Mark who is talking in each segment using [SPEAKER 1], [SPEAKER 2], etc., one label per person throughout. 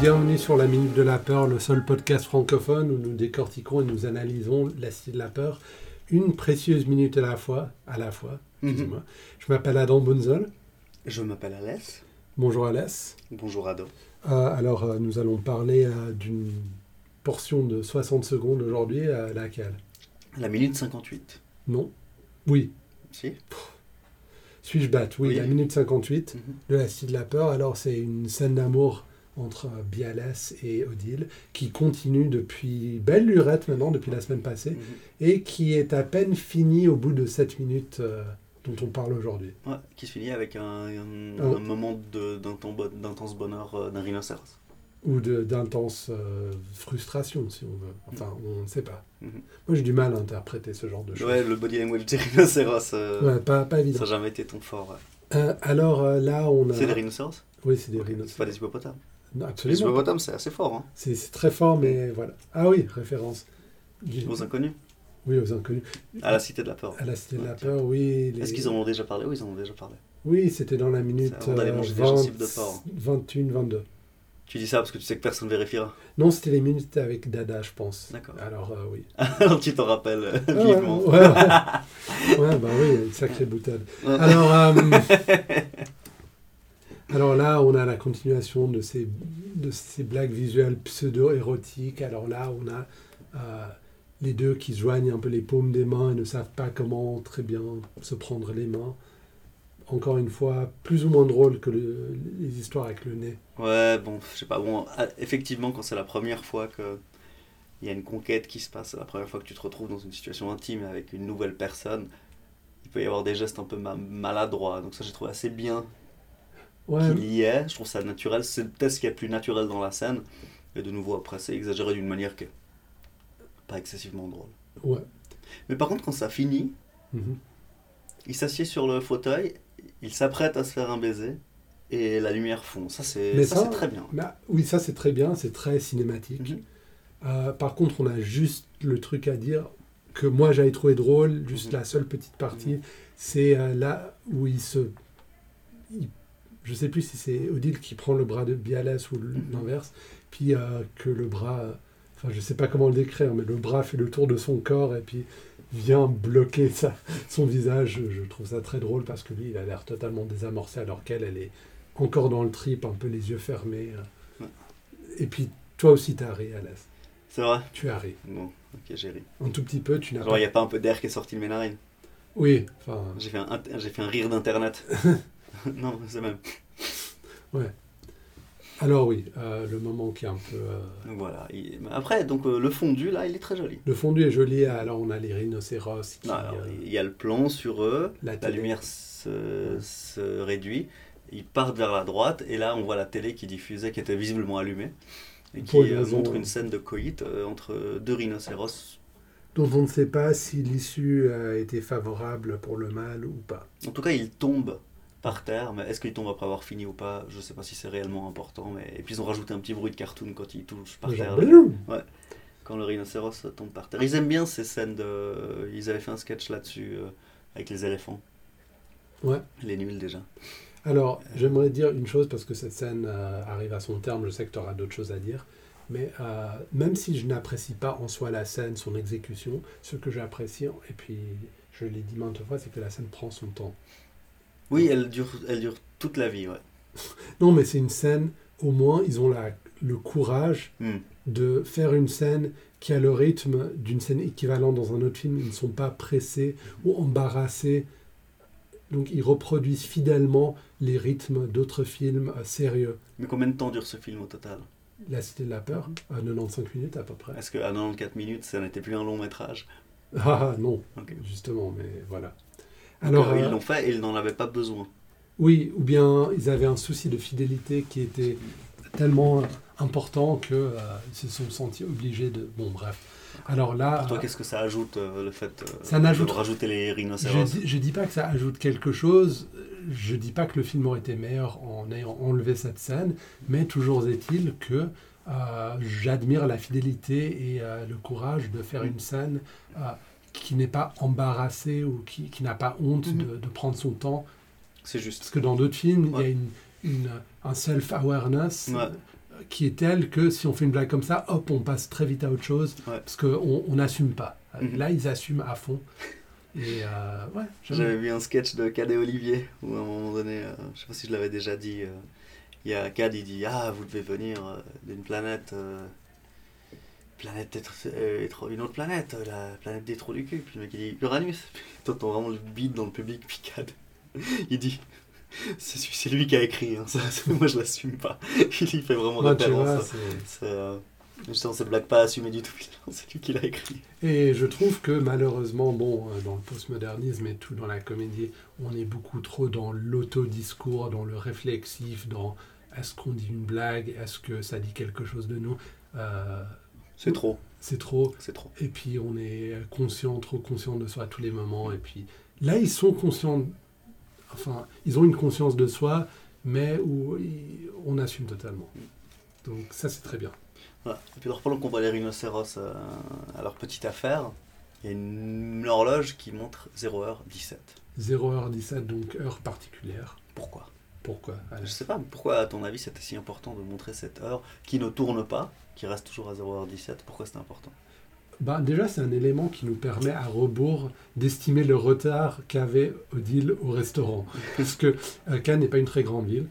[SPEAKER 1] bienvenue sur la Minute de la Peur, le seul podcast francophone où nous décortiquons et nous analysons l'acide de la peur, une précieuse minute à la fois. À la fois
[SPEAKER 2] Mhm.
[SPEAKER 1] excusez-moi. Je m'appelle Adam Bonzel.
[SPEAKER 2] Mm-hmm. Je m'appelle Alès.
[SPEAKER 1] Bonjour Alès.
[SPEAKER 2] Bonjour Adam.
[SPEAKER 1] Euh, alors, euh, nous allons parler euh, d'une portion de 60 secondes aujourd'hui, à laquelle
[SPEAKER 2] La minute 58.
[SPEAKER 1] Non Oui.
[SPEAKER 2] Si
[SPEAKER 1] Suis-je batte oui,
[SPEAKER 2] Oui.
[SPEAKER 1] la minute 58
[SPEAKER 2] Mhm.
[SPEAKER 1] de l'acide de la peur. Alors, c'est une scène d'amour entre euh, Bialès et Odile qui continue depuis belle lurette maintenant, depuis la semaine passée,
[SPEAKER 2] Mhm.
[SPEAKER 1] et qui est à peine finie au bout de 7 minutes euh, dont on parle aujourd'hui.
[SPEAKER 2] Ouais, qui se finit avec un, un-
[SPEAKER 1] Oh.
[SPEAKER 2] un moment de- d'inten- bo- d'intense bonheur euh, d'un rhinocéros.
[SPEAKER 1] Ou de- d'intense euh, frustration, si on veut. Enfin, on ne sait pas.
[SPEAKER 2] Mhm.
[SPEAKER 1] Moi, j'ai du mal à interpréter ce genre de choses.
[SPEAKER 2] Ouais, le body language des rhinocéros, euh,
[SPEAKER 1] Ouais, pas, pas
[SPEAKER 2] ça
[SPEAKER 1] évident.
[SPEAKER 2] n'a jamais été ton fort. ouais.
[SPEAKER 1] Euh, alors euh, là, on a.
[SPEAKER 2] C'est des rhinocéros
[SPEAKER 1] Oui, c'est des
[SPEAKER 2] C'est pas
[SPEAKER 1] rhinocéros.
[SPEAKER 2] des hippopotames.
[SPEAKER 1] Non,
[SPEAKER 2] Les
[SPEAKER 1] absolument.
[SPEAKER 2] hippopotames, c'est assez fort, hein.
[SPEAKER 1] C'est c'est très fort, mais voilà. Ah oui, référence. Du-
[SPEAKER 2] Mm. Aux inconnus.
[SPEAKER 1] Oui, aux inconnus.
[SPEAKER 2] À la cité de la peur.
[SPEAKER 1] À la Cité de la
[SPEAKER 2] Ok.
[SPEAKER 1] Peur, oui. Mm-hmm. les-
[SPEAKER 2] Est-ce qu'ils en ont déjà parlé Oui, ils en ont déjà parlé.
[SPEAKER 1] Oui, c'était dans la minute
[SPEAKER 2] Ça, on allait
[SPEAKER 1] euh,
[SPEAKER 2] manger des
[SPEAKER 1] 20,
[SPEAKER 2] gencives de porc.
[SPEAKER 1] 21, 22.
[SPEAKER 2] Tu dis ça parce que tu sais que personne vérifiera.
[SPEAKER 1] Non, c'était les minutes avec Dada, je pense.
[SPEAKER 2] D'accord.
[SPEAKER 1] Alors, euh, oui.
[SPEAKER 2] Alors tu t'en rappelles euh,
[SPEAKER 1] Ah,
[SPEAKER 2] vivement.
[SPEAKER 1] ouais, ouais, ouais. Ouais, bah oui, une sacrée boutade.
[SPEAKER 2] Ouais.
[SPEAKER 1] Alors, euh, alors là, on a la continuation de ces, de ces blagues visuelles pseudo-érotiques. Alors là, on a euh, les deux qui se joignent un peu les paumes des mains et ne savent pas comment très bien se prendre les mains. Encore une fois, plus ou moins drôle que le- les histoires avec le nez.
[SPEAKER 2] Ouais, bon, je sais pas. Bon, ah, effectivement, quand c'est la première fois que il y a une conquête qui se passe, c'est la première fois que tu te retrouves dans une situation intime avec une nouvelle personne, il peut y avoir des gestes un peu ma- maladroits. Donc ça, j'ai trouvé assez bien
[SPEAKER 1] Ouais,
[SPEAKER 2] qu'il y ait. Je trouve ça naturel. C'est peut-être ce qu'il y a de plus naturel dans la scène. Et de nouveau, après, c'est exagéré d'une manière qui est pas excessivement drôle.
[SPEAKER 1] ouais.
[SPEAKER 2] Mais par contre, quand ça finit,
[SPEAKER 1] Mhm.
[SPEAKER 2] il s'assied sur le fauteuil, il s'apprête à se faire un baiser, et la lumière fond. Ça, c'est
[SPEAKER 1] Mais
[SPEAKER 2] ça,
[SPEAKER 1] ça-
[SPEAKER 2] c'est très bien.
[SPEAKER 1] Mais, ah, oui, ça c'est très bien, c'est très cinématique.
[SPEAKER 2] Mhm.
[SPEAKER 1] Euh, par contre, on a juste le truc à dire que moi j'avais trouvé drôle, juste
[SPEAKER 2] Mhm.
[SPEAKER 1] la seule petite partie, c'est euh, là où il se. il- je sais plus si c'est Odile qui prend le bras de Bialès ou l-
[SPEAKER 2] Mhm.
[SPEAKER 1] l'inverse, puis euh, que le bras. euh, Enfin, je sais pas comment le décrire, mais le bras fait le tour de son corps et puis vient bloquer sa, son visage. Je trouve ça très drôle parce que lui, il a l'air totalement désamorcé alors qu'elle, elle est encore dans le trip, un peu les yeux fermés. euh.
[SPEAKER 2] Ouais.
[SPEAKER 1] Et puis, toi aussi, t'as ri, Alès.
[SPEAKER 2] C'est vrai.
[SPEAKER 1] Tu as ri.
[SPEAKER 2] Bon, ok, j'ai ri.
[SPEAKER 1] Un tout petit peu, tu n'as
[SPEAKER 2] Genre,
[SPEAKER 1] pas.
[SPEAKER 2] il n'y a pas un peu d'air qui est sorti de mes narines.
[SPEAKER 1] Oui, enfin.
[SPEAKER 2] J'ai fait, un int- j'ai fait un rire d'internet. non, c'est même.
[SPEAKER 1] Alors oui, euh, le moment qui est un peu. euh,
[SPEAKER 2] Donc voilà. il- mais Après, donc euh, le fondu, là, il est très joli.
[SPEAKER 1] Le fondu est joli, alors on a les rhinocéros qui.
[SPEAKER 2] Non, Ah, alors,
[SPEAKER 1] euh,
[SPEAKER 2] il y a le plan sur eux,
[SPEAKER 1] la
[SPEAKER 2] la
[SPEAKER 1] télé.
[SPEAKER 2] lumière se, se réduit, ils partent vers la droite, et là, on voit la télé qui diffusait, qui était visiblement allumée, et qui
[SPEAKER 1] Pour une
[SPEAKER 2] euh,
[SPEAKER 1] raison,
[SPEAKER 2] montre
[SPEAKER 1] ouais.
[SPEAKER 2] une scène de coït euh, entre deux rhinocéros.
[SPEAKER 1] Dont on ne sait pas si l'issue a été favorable pour le mal ou pas.
[SPEAKER 2] En tout cas, ils tombent par terre, mais est-ce qu'ils tombent après avoir fini ou pas Je sais pas si c'est réellement important, mais... Et puis ils ont rajouté un petit bruit de cartoon quand ils touchent par terre.
[SPEAKER 1] Genre,
[SPEAKER 2] là.
[SPEAKER 1] Bloum
[SPEAKER 2] quand le rhinocéros tombe par terre. Ils aiment bien ces scènes de. Ils avaient fait un sketch là-dessus euh, avec les éléphants.
[SPEAKER 1] Ouais.
[SPEAKER 2] Il est nul déjà.
[SPEAKER 1] Alors, j'aimerais dire une chose parce que cette scène euh, arrive à son terme. Je sais que tu auras d'autres choses à dire. Mais euh, même si je n'apprécie pas en soi la scène, son exécution, ce que j'apprécie, et puis je l'ai dit maintes fois, c'est que la scène prend son temps.
[SPEAKER 2] Oui, elle dure, elle dure toute la vie, ouais.
[SPEAKER 1] Non, mais c'est une scène, au moins, ils ont la, le courage
[SPEAKER 2] Hmm.
[SPEAKER 1] de faire une scène qui a le rythme d'une scène équivalente dans un autre film. Ils ne sont pas pressés ou embarrassés. Donc, ils reproduisent fidèlement les rythmes d'autres films euh, sérieux.
[SPEAKER 2] Mais combien de temps dure ce film au total
[SPEAKER 1] La Cité de la Peur, à 95 minutes à peu près.
[SPEAKER 2] Est-ce qu'à 94 ah minutes, ça n'était plus un long métrage
[SPEAKER 1] Ah non,
[SPEAKER 2] Ok.
[SPEAKER 1] justement, mais voilà.
[SPEAKER 2] Alors,
[SPEAKER 1] Alors,
[SPEAKER 2] Ils
[SPEAKER 1] euh,
[SPEAKER 2] l'ont fait et ils n'en avaient pas besoin.
[SPEAKER 1] Oui, ou bien ils avaient un souci de fidélité qui était tellement important que euh, ils se sont sentis obligés de. Bon, bref. Alors là,
[SPEAKER 2] Pour toi,
[SPEAKER 1] euh,
[SPEAKER 2] qu'est-ce que ça ajoute euh, le fait euh,
[SPEAKER 1] Ça
[SPEAKER 2] de
[SPEAKER 1] n'ajoute-
[SPEAKER 2] rajouter les
[SPEAKER 1] je,
[SPEAKER 2] rhinocéros
[SPEAKER 1] dis- je dis pas que ça ajoute quelque chose. Je dis pas que le film aurait été meilleur en ayant enlevé cette scène, mais toujours est-il que euh, j'admire la fidélité et euh, le courage de faire une scène euh, qui n'est pas embarrassée ou qui, qui n'a pas honte
[SPEAKER 2] Mhm.
[SPEAKER 1] de- de prendre son temps
[SPEAKER 2] C'est juste.
[SPEAKER 1] Parce que dans d'autres films, il y a
[SPEAKER 2] Ouais.
[SPEAKER 1] une, une- un self-awareness
[SPEAKER 2] Ouais.
[SPEAKER 1] euh, qui est telle que si on fait une blague comme ça, hop, on passe très vite à autre chose
[SPEAKER 2] Ouais.
[SPEAKER 1] parce qu'on n'assume pas.
[SPEAKER 2] Mhm.
[SPEAKER 1] Là, ils assument à fond. Et euh, ouais, j'aime
[SPEAKER 2] J'avais vu un sketch de Cad et Olivier où à un moment donné, euh, je sais pas si je l'avais déjà dit, euh, il y a Cad, il dit Ah, vous devez venir euh, d'une planète. euh, planète être, euh, être- une autre planète, euh, la planète des trous du cul. Puis le mec il dit Uranus. Puis t'entends vraiment le beat dans le public, puis Cad, il dit C'est celui- c'est lui qui a écrit, hein, ça, ça, moi je l'assume pas. Il fait vraiment
[SPEAKER 1] Ouais, Ah, tu
[SPEAKER 2] référence.
[SPEAKER 1] vois,
[SPEAKER 2] à-
[SPEAKER 1] c'est-
[SPEAKER 2] C'est. euh, Justement, cette blague pas assumée du tout, c'est lui qui l'a écrit.
[SPEAKER 1] Et je trouve que malheureusement, bon, euh, dans le postmodernisme et tout, dans la comédie, on est beaucoup trop dans l'autodiscours, dans le réflexif, dans est-ce qu'on dit une blague, est-ce que ça dit quelque chose de nous. Euh,
[SPEAKER 2] C'est trop,
[SPEAKER 1] c'est trop.
[SPEAKER 2] c'est trop.
[SPEAKER 1] Et puis on est conscient, trop conscient de soi à tous les moments. Et puis là, ils sont conscients, enfin, ils ont une conscience de soi, mais où ils- on assume totalement. Donc ça, c'est très bien.
[SPEAKER 2] Voilà. Et puis alors pendant qu'on voit les rhinocéros euh, à leur petite affaire, il y a une horloge qui montre 0h17.
[SPEAKER 1] 0h17, donc heure particulière.
[SPEAKER 2] Pourquoi
[SPEAKER 1] Pourquoi
[SPEAKER 2] Je
[SPEAKER 1] Allez.
[SPEAKER 2] sais pas pourquoi à ton avis c'était si important de montrer cette heure qui ne tourne pas, qui reste toujours à 0h17, pourquoi c'est important
[SPEAKER 1] Bah, déjà, c'est un élément qui nous permet à rebours d'estimer le retard qu'avait Odile au restaurant. Parce que euh, Cannes n'est pas une très grande ville.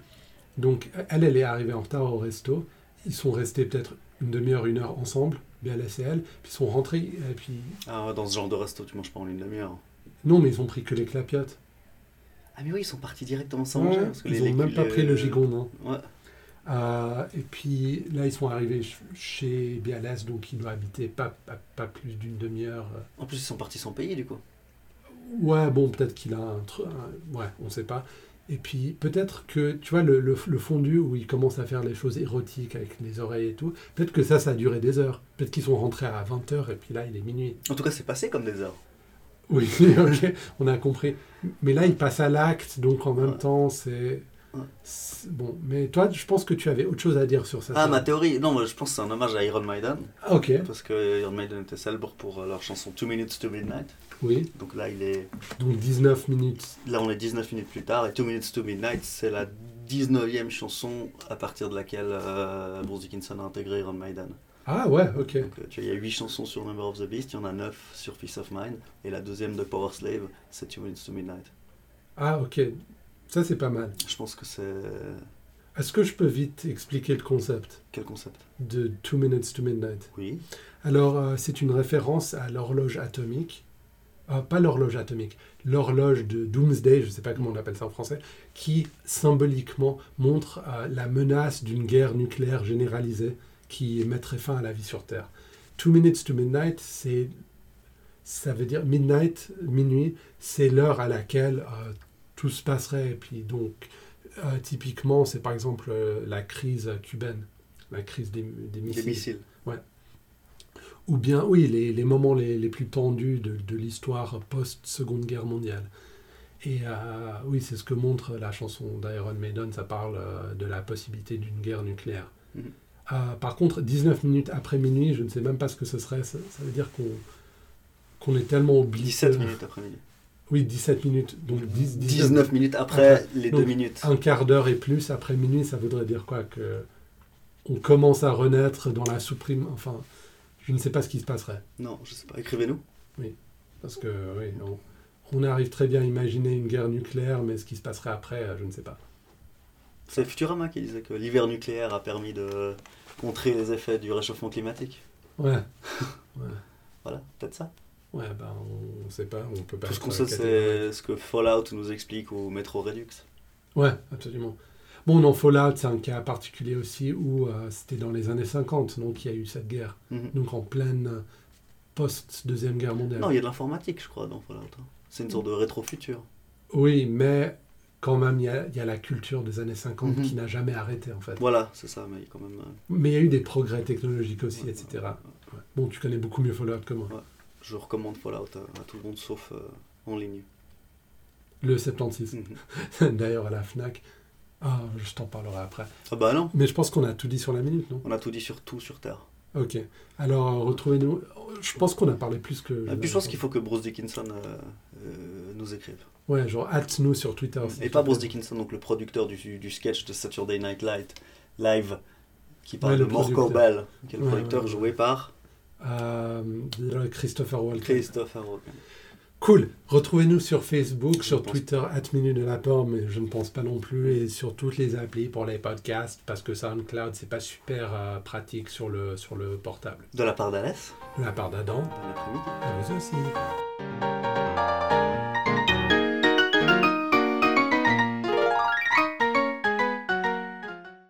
[SPEAKER 1] Donc, euh, elle, elle est arrivée en retard au resto. Ils sont restés peut-être une demi-heure, une heure ensemble, bien laissé elle. Puis ils sont rentrés. Et puis...
[SPEAKER 2] Ah ouais, dans ce genre de resto tu manges pas en une demi-heure. hein.
[SPEAKER 1] Non, mais ils ont pris que les clapiotes.
[SPEAKER 2] Ah mais oui, ils sont partis directement sans manger.
[SPEAKER 1] Ouais,
[SPEAKER 2] parce que
[SPEAKER 1] ils
[SPEAKER 2] les-
[SPEAKER 1] n'ont
[SPEAKER 2] les-
[SPEAKER 1] même pas
[SPEAKER 2] les-
[SPEAKER 1] pris le gigondin.
[SPEAKER 2] Ouais.
[SPEAKER 1] Euh, et puis là, ils sont arrivés ch- chez Bialès, donc il doit habiter pas, pas, pas plus d'une demi-heure. euh,
[SPEAKER 2] En plus ils sont partis sans payer du coup.
[SPEAKER 1] Ouais, bon, peut-être qu'il a un truc. Ouais, on sait pas. Et puis, peut-être que, tu vois, le, le- le fondu où il commence à faire les choses érotiques avec les oreilles et tout, peut-être que ça, ça a duré des heures. Peut-être qu'ils sont rentrés à 20h et puis là, il est minuit.
[SPEAKER 2] En tout cas c'est passé comme des heures.
[SPEAKER 1] Oui, ok, on a compris. Mais là, il passe à l'acte, donc en même
[SPEAKER 2] Ouais.
[SPEAKER 1] temps, c'est.
[SPEAKER 2] Ouais.
[SPEAKER 1] c'est- Bon, mais toi, je pense que tu avais autre chose à dire sur ça.
[SPEAKER 2] Ah ma théorie, non moi, je pense que c'est un hommage à Iron Maiden,
[SPEAKER 1] Ah, Ok,
[SPEAKER 2] parce que Iron Maiden était célèbre pour euh, leur chanson Two Minutes to Midnight.
[SPEAKER 1] oui.
[SPEAKER 2] Donc là il est...
[SPEAKER 1] Donc 19 minutes.
[SPEAKER 2] Là, on est 19 minutes plus tard et Two Minutes to Midnight, c'est la 19e chanson à partir de laquelle euh, Bruce Dickinson a intégré Iron Maiden.
[SPEAKER 1] Ah, ouais, ok.
[SPEAKER 2] Donc, euh, tu vois, il y a 8 chansons sur Number of the Beast, il y en a 9 sur Peace of Mind et la deuxième de Power Slave, c'est Two Minutes to Midnight.
[SPEAKER 1] Ah, ok. Ça, c'est pas mal.
[SPEAKER 2] Je pense que c'est. euh,
[SPEAKER 1] Est-ce que je peux vite expliquer le concept
[SPEAKER 2] Quel concept
[SPEAKER 1] de Two Minutes to Midnight.
[SPEAKER 2] Oui.
[SPEAKER 1] Alors, euh, c'est une référence à l'horloge atomique, Euh, pas l'horloge atomique, l'horloge de Doomsday, je ne sais pas comment on appelle ça en français, qui symboliquement montre euh, la menace d'une guerre nucléaire généralisée qui mettrait fin à la vie sur Terre. Two Minutes to Midnight, c'est. Ça veut dire midnight, minuit, c'est l'heure à laquelle euh, tout se passerait. Et puis donc, euh, typiquement, c'est par exemple euh, la crise cubaine, la crise des, des
[SPEAKER 2] Les
[SPEAKER 1] missiles
[SPEAKER 2] missiles.
[SPEAKER 1] ou bien, oui, les, les moments les, les plus tendus de, de l'histoire post-Seconde Guerre mondiale. Et euh, oui, c'est ce que montre la chanson d'Iron Maiden, ça parle euh, de la possibilité d'une guerre nucléaire.
[SPEAKER 2] Mhm.
[SPEAKER 1] Euh, par contre, 19 minutes après minuit, je ne sais même pas ce que ce serait, ça, ça veut dire qu'on qu'on est tellement oublié.
[SPEAKER 2] 17 minutes après minuit.
[SPEAKER 1] Oui, 17 minutes, donc 10, 19,
[SPEAKER 2] 19 minutes après les
[SPEAKER 1] Donc, ah.
[SPEAKER 2] 2 minutes.
[SPEAKER 1] un quart d'heure et plus après minuit, ça voudrait dire quoi Que on commence à renaître dans la supprime, enfin, je ne sais pas ce qui se passerait.
[SPEAKER 2] Non, je sais pas. Écrivez-nous.
[SPEAKER 1] Parce que oui, on, on arrive très bien à imaginer une guerre nucléaire, mais ce qui se passerait après, euh, je ne sais pas.
[SPEAKER 2] C'est Futurama qui disait que l'hiver nucléaire a permis de contrer les effets du réchauffement climatique.
[SPEAKER 1] Ouais,
[SPEAKER 2] Voilà, peut-être ça.
[SPEAKER 1] ouais, ben on ne sait pas, on peut pas.
[SPEAKER 2] Tout ce qu'on
[SPEAKER 1] être,
[SPEAKER 2] sait,
[SPEAKER 1] euh, catégorique.
[SPEAKER 2] c'est ce que Fallout nous explique au Metro Redux.
[SPEAKER 1] Ouais, absolument. Bon, non, Fallout, c'est un cas particulier aussi où euh, c'était dans les années 50, donc il y a eu cette guerre.
[SPEAKER 2] Mhm.
[SPEAKER 1] Donc en pleine euh, post-deuxième guerre mondiale.
[SPEAKER 2] Non, il y a de l'informatique, je crois, dans Fallout. hein. C'est une sorte de rétro-futur.
[SPEAKER 1] Oui, mais quand même, il y a, il y a la culture des années 50
[SPEAKER 2] Mhm.
[SPEAKER 1] qui n'a jamais arrêté en fait.
[SPEAKER 2] Voilà, c'est ça, mais il y a quand même. euh,
[SPEAKER 1] Mais il y a eu des progrès technologiques aussi,
[SPEAKER 2] Ouais,
[SPEAKER 1] etc. Ouais. Bon, tu connais beaucoup mieux Fallout que moi.
[SPEAKER 2] Je recommande Fallout à, à tout le monde sauf euh, en ligne.
[SPEAKER 1] Le 76.
[SPEAKER 2] Mhm.
[SPEAKER 1] D'ailleurs, à la FNAC. Ah, je t'en parlerai après.
[SPEAKER 2] ah bah non,
[SPEAKER 1] Mais je pense qu'on a tout dit sur la minute, non
[SPEAKER 2] on a tout dit sur tout sur Terre.
[SPEAKER 1] Ok. Alors, euh, retrouvez-nous. Je pense qu'on a parlé plus que...
[SPEAKER 2] Et puis Ah, je pense qu'il faut que Bruce Dickinson euh, euh, nous écrive.
[SPEAKER 1] Ouais, genre, hâte-nous sur Twitter. s'il
[SPEAKER 2] Et
[SPEAKER 1] te
[SPEAKER 2] pas Bruce
[SPEAKER 1] plaît.
[SPEAKER 2] Dickinson, donc le producteur du, du sketch de Saturday Night Light, live, qui parle
[SPEAKER 1] Ouais,
[SPEAKER 2] de
[SPEAKER 1] le
[SPEAKER 2] Mort
[SPEAKER 1] producteur.
[SPEAKER 2] Corbel, qui est le
[SPEAKER 1] Ouais,
[SPEAKER 2] producteur
[SPEAKER 1] ouais, ouais.
[SPEAKER 2] joué par
[SPEAKER 1] Euh, Christopher Walken.
[SPEAKER 2] Christopher Walken.
[SPEAKER 1] Cool. Retrouvez-nous sur Facebook, sur
[SPEAKER 2] pense-
[SPEAKER 1] Twitter, at Minute de la Peur, mais je ne pense pas non plus, et sur toutes les applis pour les podcasts, parce que SoundCloud, c'est pas super euh, pratique sur le, sur le portable.
[SPEAKER 2] De la part d'Alès,
[SPEAKER 1] De la part d'Adam,
[SPEAKER 2] dans l'après-midi.
[SPEAKER 1] à vous aussi.
[SPEAKER 2] Thank